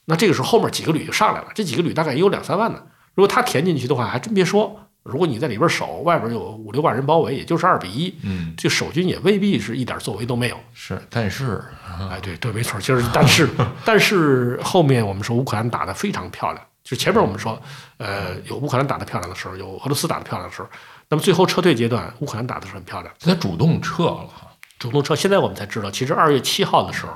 [SPEAKER 3] 那这个时候后面几个旅就上来了，这几个旅大概也有两三万呢。如果他填进去的话，还真别说，如果你在里边守，外边有五六万人包围，也就是二比一，
[SPEAKER 2] 嗯，
[SPEAKER 3] 这守军也未必是一点作为都没有。
[SPEAKER 2] 是，但是
[SPEAKER 3] 哎，对对，没错，就是但是但是后面我们说乌克兰打得非常漂亮，就是前面我们说，呃，有乌克兰打得漂亮的时候，有俄罗斯打得漂亮的时候，那么最后撤退阶段，乌克兰打的是很漂亮。
[SPEAKER 2] 他主动撤了，
[SPEAKER 3] 主动撤，现在我们才知道，其实二月七号的时候，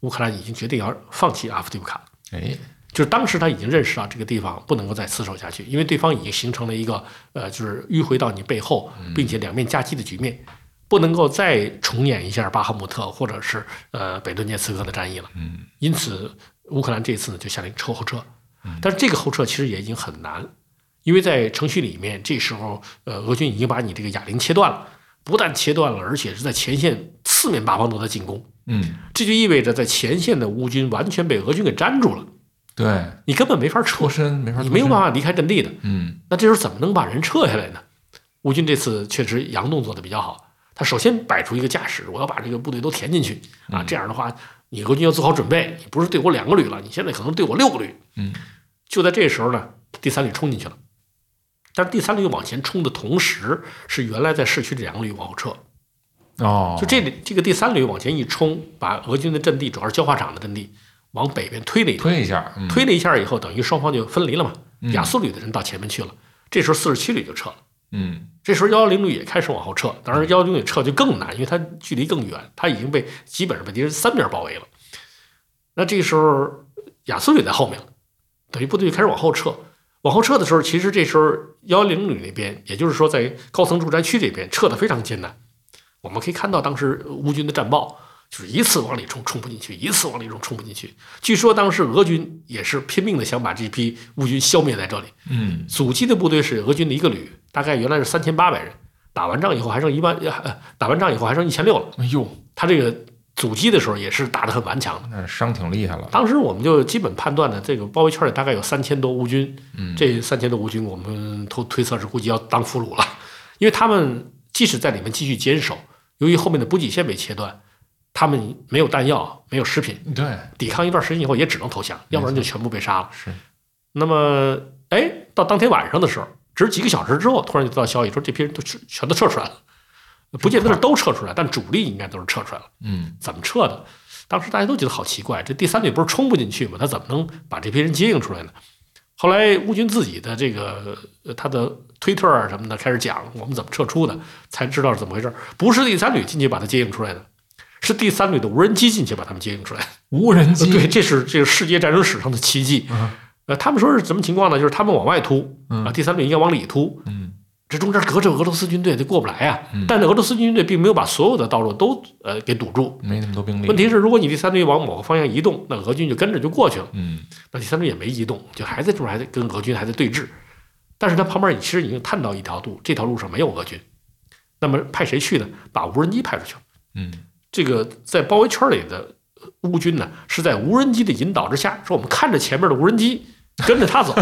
[SPEAKER 3] 乌克兰已经决定要放弃阿夫迪夫卡了，
[SPEAKER 2] 哎，
[SPEAKER 3] 就是当时他已经认识到这个地方不能够再死守下去，因为对方已经形成了一个呃，就是迂回到你背后，并且两面夹击的局面，不能够再重演一下巴赫穆特或者是呃北顿涅茨克的战役了。
[SPEAKER 2] 嗯，
[SPEAKER 3] 因此乌克兰这一次呢就下令撤后撤，但是这个后撤其实也已经很难，因为在程序里面，这时候呃俄军已经把你这个哑铃切断了，不但切断了，而且是在前线四面八方都在进攻，
[SPEAKER 2] 嗯，
[SPEAKER 3] 这就意味着在前线的乌军完全被俄军给粘住了，
[SPEAKER 2] 对，
[SPEAKER 3] 你根本没法撤
[SPEAKER 2] 脱，身没法，
[SPEAKER 3] 你没有办，法离开阵地的。
[SPEAKER 2] 嗯
[SPEAKER 3] 那这时候怎么能把人撤下来呢？乌军这次确实佯动做得比较好，他首先摆出一个架势，我要把这个部队都填进去啊，
[SPEAKER 2] 嗯
[SPEAKER 3] 这样的话，你俄军要做好准备，你不是对我两个旅了，你现在可能对我六个旅。
[SPEAKER 2] 嗯，
[SPEAKER 3] 就在这时候呢，第三旅冲进去了，但是第三旅往前冲的同时，是原来在市区这两个旅往后撤，
[SPEAKER 2] 哦，
[SPEAKER 3] 就这里这个第三旅往前一冲，把俄军的阵地，主要是焦化厂的阵地，往北边推了一推。
[SPEAKER 2] 推一下，嗯
[SPEAKER 3] 推了一下以后，等于双方就分离了嘛。
[SPEAKER 2] 嗯
[SPEAKER 3] 亚速旅的人到前面去了，这时候四十七旅就撤了。
[SPEAKER 2] 嗯，
[SPEAKER 3] 这时候幺幺零旅也开始往后撤，当然幺幺零旅撤就更难，因为它距离更远，它已经被基本上被敌人三面包围了。那这时候亚速旅在后面了，等于部队就开始往后撤。往后撤的时候，其实这时候幺幺零旅那边，也就是说在高层住宅区这边撤的非常艰难。我们可以看到当时乌军的战报，就是一次往里冲冲不进去，一次往里冲冲不进去。据说当时俄军也是拼命的想把这批乌军消灭在这里。
[SPEAKER 2] 嗯，
[SPEAKER 3] 阻击的部队是俄军的一个旅，大概原来是三千八百人，打完仗以后还剩一万，呃打完仗以后还剩一千六了。
[SPEAKER 2] 哎呦，
[SPEAKER 3] 他这个阻击的时候也是打得很顽强的。
[SPEAKER 2] 那伤挺厉害了。
[SPEAKER 3] 当时我们就基本判断呢，这个包围圈里大概有三千多乌军，
[SPEAKER 2] 嗯，
[SPEAKER 3] 这三千多乌军我们都推测是估计要当俘虏了，因为他们即使在里面继续坚守，由于后面的补给线被切断，他们没有弹药，没有食品，
[SPEAKER 2] 对
[SPEAKER 3] 抵抗一段时间以后也只能投降，要不然就全部被杀了。
[SPEAKER 2] 是，
[SPEAKER 3] 那么，哎，到当天晚上的时候，只是几个小时之后，突然就得到消息说这批人都撤全都撤出来了，不见得是都撤出来，但主力应该都是撤出来了。
[SPEAKER 2] 嗯，
[SPEAKER 3] 怎么撤的？当时大家都觉得好奇怪，这第三队不是冲不进去吗？他怎么能把这批人接应出来呢？后来乌军自己的这个呃他的推特啊什么的开始讲我们怎么撤出的，才知道是怎么回事儿。不是第三旅进去把他接应出来的，是第三旅的无人机进去把他们接应出来的。
[SPEAKER 2] 无人
[SPEAKER 3] 呃
[SPEAKER 2] 机，
[SPEAKER 3] [LAUGHS] 对，这是这个世界战争史上的奇迹
[SPEAKER 2] 嗯。
[SPEAKER 3] 呃，他们说是什么情况呢？就是他们往外突
[SPEAKER 2] 嗯
[SPEAKER 3] 啊，第三队应该往里突，
[SPEAKER 2] 嗯
[SPEAKER 3] 这中间隔着俄罗斯军队，这过不来啊
[SPEAKER 2] 嗯。
[SPEAKER 3] 但俄罗斯军队并没有把所有的道路都呃给堵住，
[SPEAKER 2] 没那么多兵力。
[SPEAKER 3] 问题是，如果你第三队往某个方向移动，那俄军就跟着就过去了。
[SPEAKER 2] 嗯
[SPEAKER 3] 那第三队也没移动，就还在这边还在跟俄军还在对峙。但是他旁边其实已经探到一条路，这条路上没有俄军。那么派谁去呢？把无人机派出去了。
[SPEAKER 2] 嗯
[SPEAKER 3] 这个在包围圈里的乌军呢，是在无人机的引导之下，说我们看着前面的无人机，跟着他走，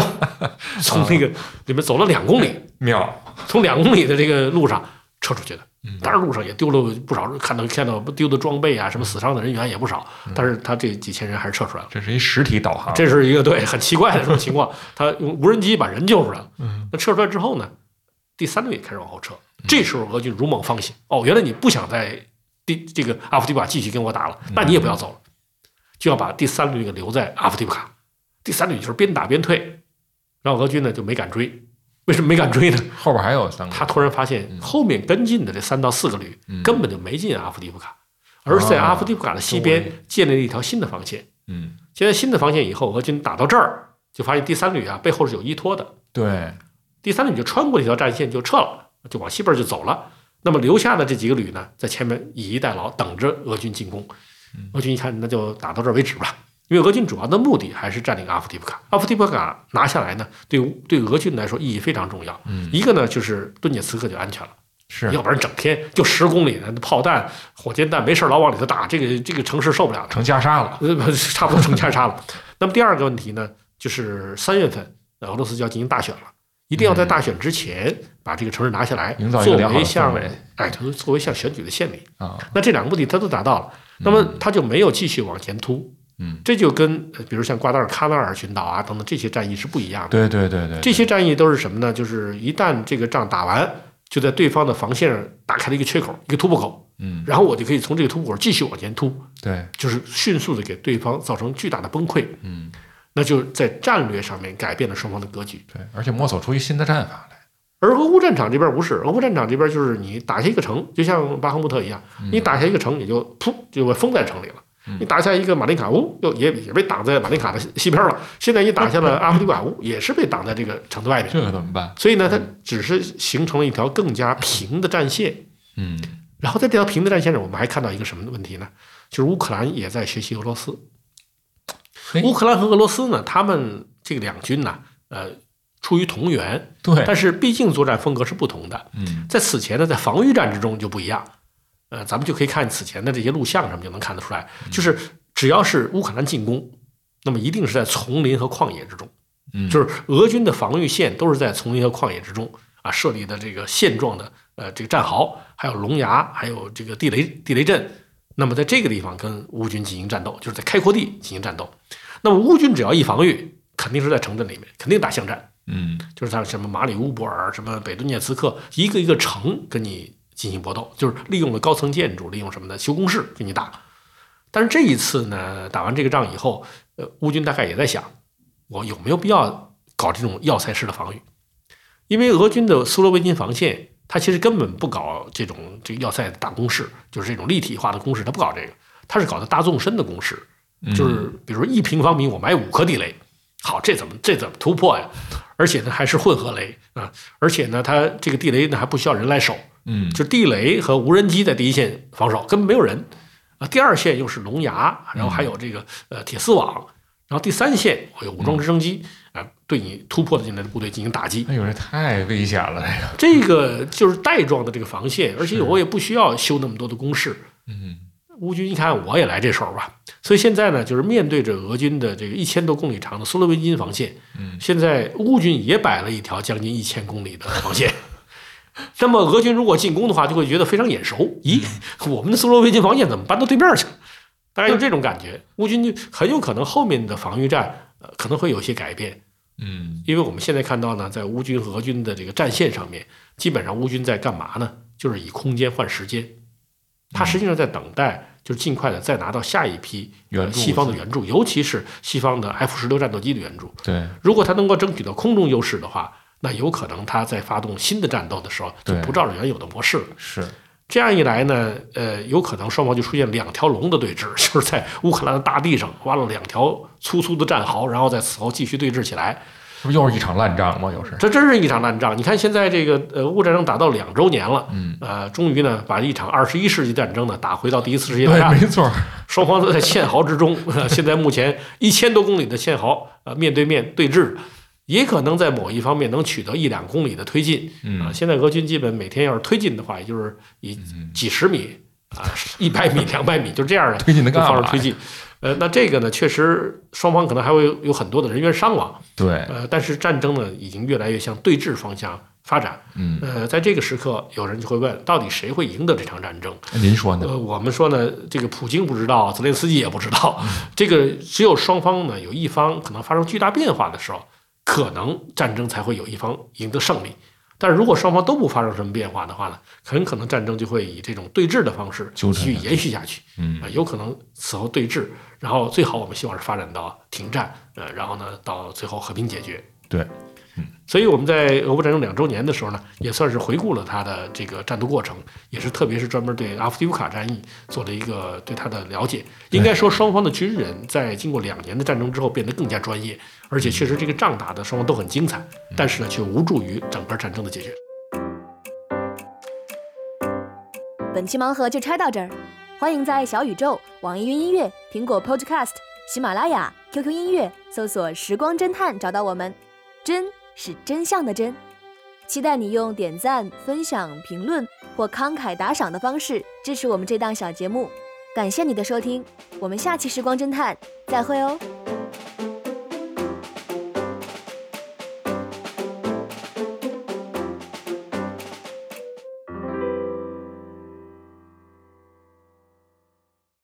[SPEAKER 3] 从那个里面走了两公里，
[SPEAKER 2] 妙，
[SPEAKER 3] 从两公里的这个路上撤出去的
[SPEAKER 2] 嗯。
[SPEAKER 3] 当然路上也丢了不少，看到看到丢的装备啊，什么死伤的人员也不少，但是他这几千人还是撤出来了。
[SPEAKER 2] 这是一实体导航。
[SPEAKER 3] 这是一个对很奇怪的这种情况，他用无人机把人救出来了。
[SPEAKER 2] 嗯
[SPEAKER 3] 那撤出来之后呢，第三队也开始往后撤，这时候俄军如梦方醒，哦，原来你不想在第这个阿夫迪夫卡继续跟我打了，那你也不要走了，就要把第三队给留在阿夫迪夫卡。第三队就是边打边退，然后俄军呢就没敢追。为什么没敢追呢？
[SPEAKER 2] 后边还有三个。
[SPEAKER 3] 他突然发现后面跟进的这三到四个旅
[SPEAKER 2] 嗯
[SPEAKER 3] 根本就没进阿夫迪夫卡，而是在阿夫迪夫卡的西边建立了一条新的防线。
[SPEAKER 2] 嗯，
[SPEAKER 3] 现在新的防线以后，俄军打到这儿，就发现第三旅啊背后是有依托的，
[SPEAKER 2] 对，
[SPEAKER 3] 第三旅就穿过这条战线就撤了，就往西边就走了。那么留下的这几个旅呢，在前面以逸待劳，等着俄军进攻。
[SPEAKER 2] 嗯
[SPEAKER 3] 俄军一看，那就打到这儿为止吧，因为俄军主要的目的还是占领阿夫迪夫卡。阿夫迪夫卡拿下来呢，对对俄军来说意义非常重要。
[SPEAKER 2] 嗯
[SPEAKER 3] 一个呢就是顿涅茨克就安全了。
[SPEAKER 2] 是
[SPEAKER 3] 要不然整天就十公里的炮弹、火箭弹，没事儿老往里头打，这个这个城市受不了的。
[SPEAKER 2] 成袈裟了。
[SPEAKER 3] 呃，不是差不多成加差了。那么第二个问题呢，就是三月份呃俄罗斯就要进行大选了，一定要在大选之前把这个城市拿下来，
[SPEAKER 2] 嗯营造一
[SPEAKER 3] 作
[SPEAKER 2] 个良好
[SPEAKER 3] 为
[SPEAKER 2] 的
[SPEAKER 3] 像
[SPEAKER 2] 氛围
[SPEAKER 3] 哎，作为作为像选举的献礼。
[SPEAKER 2] 啊，
[SPEAKER 3] 那这两个目的他都达到了，那么他就没有继续往前突。
[SPEAKER 2] 嗯，
[SPEAKER 3] 这就跟呃比如像瓜达尔喀纳尔群岛啊等等这些战役是不一样的。
[SPEAKER 2] 对对对对，
[SPEAKER 3] 这些战役都是什么呢？就是一旦这个仗打完，就在对方的防线上打开了一个缺口，一个突破口，
[SPEAKER 2] 嗯
[SPEAKER 3] 然后我就可以从这个突破口继续往前突，
[SPEAKER 2] 对，
[SPEAKER 3] 就是迅速的给对方造成巨大的崩溃。
[SPEAKER 2] 嗯
[SPEAKER 3] 那就在战略上面改变了双方的格局。
[SPEAKER 2] 对，而且摸索出一新的战法来。
[SPEAKER 3] 而俄乌战场这边不是，俄乌战场这边就是你打下一个城，就像巴赫穆特一样，你打下一个城，你就噗就被封在城里了。你打下一个马林卡乌，又也也被挡在马林卡的西西边了。现在你打下了阿夫迪瓦乌，也是被挡在这个城的外面。
[SPEAKER 2] 这可怎么办？
[SPEAKER 3] 所以呢，它只是形成了一条更加平的战线。
[SPEAKER 2] 嗯
[SPEAKER 3] 然后在这条平的战线上，我们还看到一个什么问题呢？就是乌克兰也在学习俄罗斯
[SPEAKER 2] 嘿。
[SPEAKER 3] 乌克兰和俄罗斯呢，他们这个两军呢，呃，出于同源，
[SPEAKER 2] [LAUGHS] 对，
[SPEAKER 3] 但是毕竟作战风格是不同的。
[SPEAKER 2] 嗯
[SPEAKER 3] 在此前呢，在防御战之中就不一样。呃，咱们就可以看此前的这些录像什么就能看得出来，就是只要是乌克兰进攻，那么一定是在丛林和旷野之中。
[SPEAKER 2] 嗯，
[SPEAKER 3] 就是俄军的防御线都是在丛林和旷野之中啊设立的这个线状的呃这个战壕，还有龙崖，还有这个地雷地雷阵。那么在这个地方跟乌军进行战斗，就是在开阔地进行战斗。那么乌军只要一防御，肯定是在城镇里面，肯定打巷战，
[SPEAKER 2] 嗯
[SPEAKER 3] 就是像什么马里乌波尔、什么北顿涅茨克，一个一个城跟你进行搏斗，就是利用了高层建筑，利用什么呢？修工事跟你打。但是这一次呢，打完这个仗以后，呃，乌军大概也在想，我有没有必要搞这种要塞式的防御？因为俄军的苏罗维金防线，它其实根本不搞这种这个要塞的大攻势，就是这种立体化的攻势，它不搞这个，它是搞的大纵深的攻势，
[SPEAKER 2] 嗯
[SPEAKER 3] 就是比如说一平方米我埋五颗地雷，好，这怎么这怎么突破呀？而且呢还是混合雷啊，而且呢它这个地雷呢还不需要人来守，
[SPEAKER 2] 嗯
[SPEAKER 3] 就地雷和无人机在第一线防守，根本没有人啊。第二线又是龙牙，然后还有这个呃铁丝网，然后第三线我有武装直升机啊、对你突破的进来的部队进行打击。
[SPEAKER 2] 哎呦，这太危险了，这个，
[SPEAKER 3] 这个就是带状的这个防线，而且我也不需要修那么多的工事。
[SPEAKER 2] 嗯，
[SPEAKER 3] 乌军一看我也来这手吧，所以现在呢，就是面对着俄军的这个一千多公里长的苏洛维金防线，
[SPEAKER 2] 嗯
[SPEAKER 3] 现在乌军也摆了一条将近一千公里的防线。 [LAUGHS] 那么俄军如果进攻的话，就会觉得非常眼熟。咦，我们的苏洛维金防线怎么搬到对面去了？大概就这种感觉。乌军就很有可能后面的防御战、呃、可能会有一些改变，
[SPEAKER 2] 嗯，
[SPEAKER 3] 因为我们现在看到呢，在乌军和俄军的这个战线上面，基本上乌军在干嘛呢？就是以空间换时间，他实际上在等待，就是尽快的再拿到下一批
[SPEAKER 2] 援助
[SPEAKER 3] 西方的援助，尤其是西方的 F 十六战斗机的援助。
[SPEAKER 2] 对，
[SPEAKER 3] 如果他能够争取到空中优势的话，那有可能他在发动新的战斗的时候就
[SPEAKER 2] 对
[SPEAKER 3] 不照着原有的模式了。
[SPEAKER 2] 是，
[SPEAKER 3] 这样一来呢，呃，有可能双方就出现两条龙的对峙， [LAUGHS] 就是在乌克兰的大地上挖了两条粗粗的战壕，然后在此后继续对峙起来。
[SPEAKER 2] 这不又是一场烂仗吗？又是，
[SPEAKER 3] 这真是一场烂仗。你看现在这个呃，俄乌战争打到两周年了，
[SPEAKER 2] 嗯，
[SPEAKER 3] 呃，终于呢把一场二十一世纪战争呢打回到第一次世界大
[SPEAKER 2] 对，
[SPEAKER 3] 战，
[SPEAKER 2] 没错儿，
[SPEAKER 3] 双方都在堑壕之中。呃现在目前一千多公里的堑壕，呃，面对面对峙，也可能在某一方面能取得一两公里的推进啊、
[SPEAKER 2] 嗯
[SPEAKER 3] 现在俄军基本每天要是推进的话，也就是以
[SPEAKER 2] 嗯，
[SPEAKER 3] 几十米啊、一百米、两百米，就这样的
[SPEAKER 2] [LAUGHS] 推进的干
[SPEAKER 3] 方
[SPEAKER 2] 嘛
[SPEAKER 3] 式
[SPEAKER 2] 呀？
[SPEAKER 3] 推进。呃，那这个呢，确实双方可能还会有有很多的人员伤亡。
[SPEAKER 2] 对，
[SPEAKER 3] 呃，但是战争呢，已经越来越向对峙方向发展。
[SPEAKER 2] 嗯，
[SPEAKER 3] 呃，在这个时刻，有人就会问，到底谁会赢得这场战争？
[SPEAKER 2] 您说呢？
[SPEAKER 3] 呃，我们说呢，这个普京不知道，泽连斯基也不知道。这个只有双方呢，有一方可能发生巨大变化的时候，可能战争才会有一方赢得胜利。但是如果双方都不发生什么变化的话呢，很可能战争就会以这种对峙的方式继
[SPEAKER 2] 纠缠
[SPEAKER 3] 续
[SPEAKER 2] 下去
[SPEAKER 3] 延续下去。
[SPEAKER 2] 嗯
[SPEAKER 3] 啊，有可能此后对峙，然后最好我们希望是发展到停战，呃，然后呢，到最后和平解决。
[SPEAKER 2] 对，嗯
[SPEAKER 3] 所以我们在俄乌战争两周年的时候呢，也算是回顾了他的这个战斗过程，也是特别是专门对阿夫迪夫卡战役做了一个对他的了解。应该说，双方的军人在经过两年的战争之后变得更加专业，而且确实这个仗打的双方都很精彩，但是呢，却无助于整个战争的解决。
[SPEAKER 4] 本期盲盒就拆到这儿，欢迎在小宇宙、网易云音乐、苹果 Podcast、喜马拉雅、QQ 音乐搜索“时光侦探”找到我们。真是真相的真，期待你用点赞、分享、评论或慷慨打赏的方式支持我们这档小节目。感谢你的收听，我们下期《时光侦探》再会哦。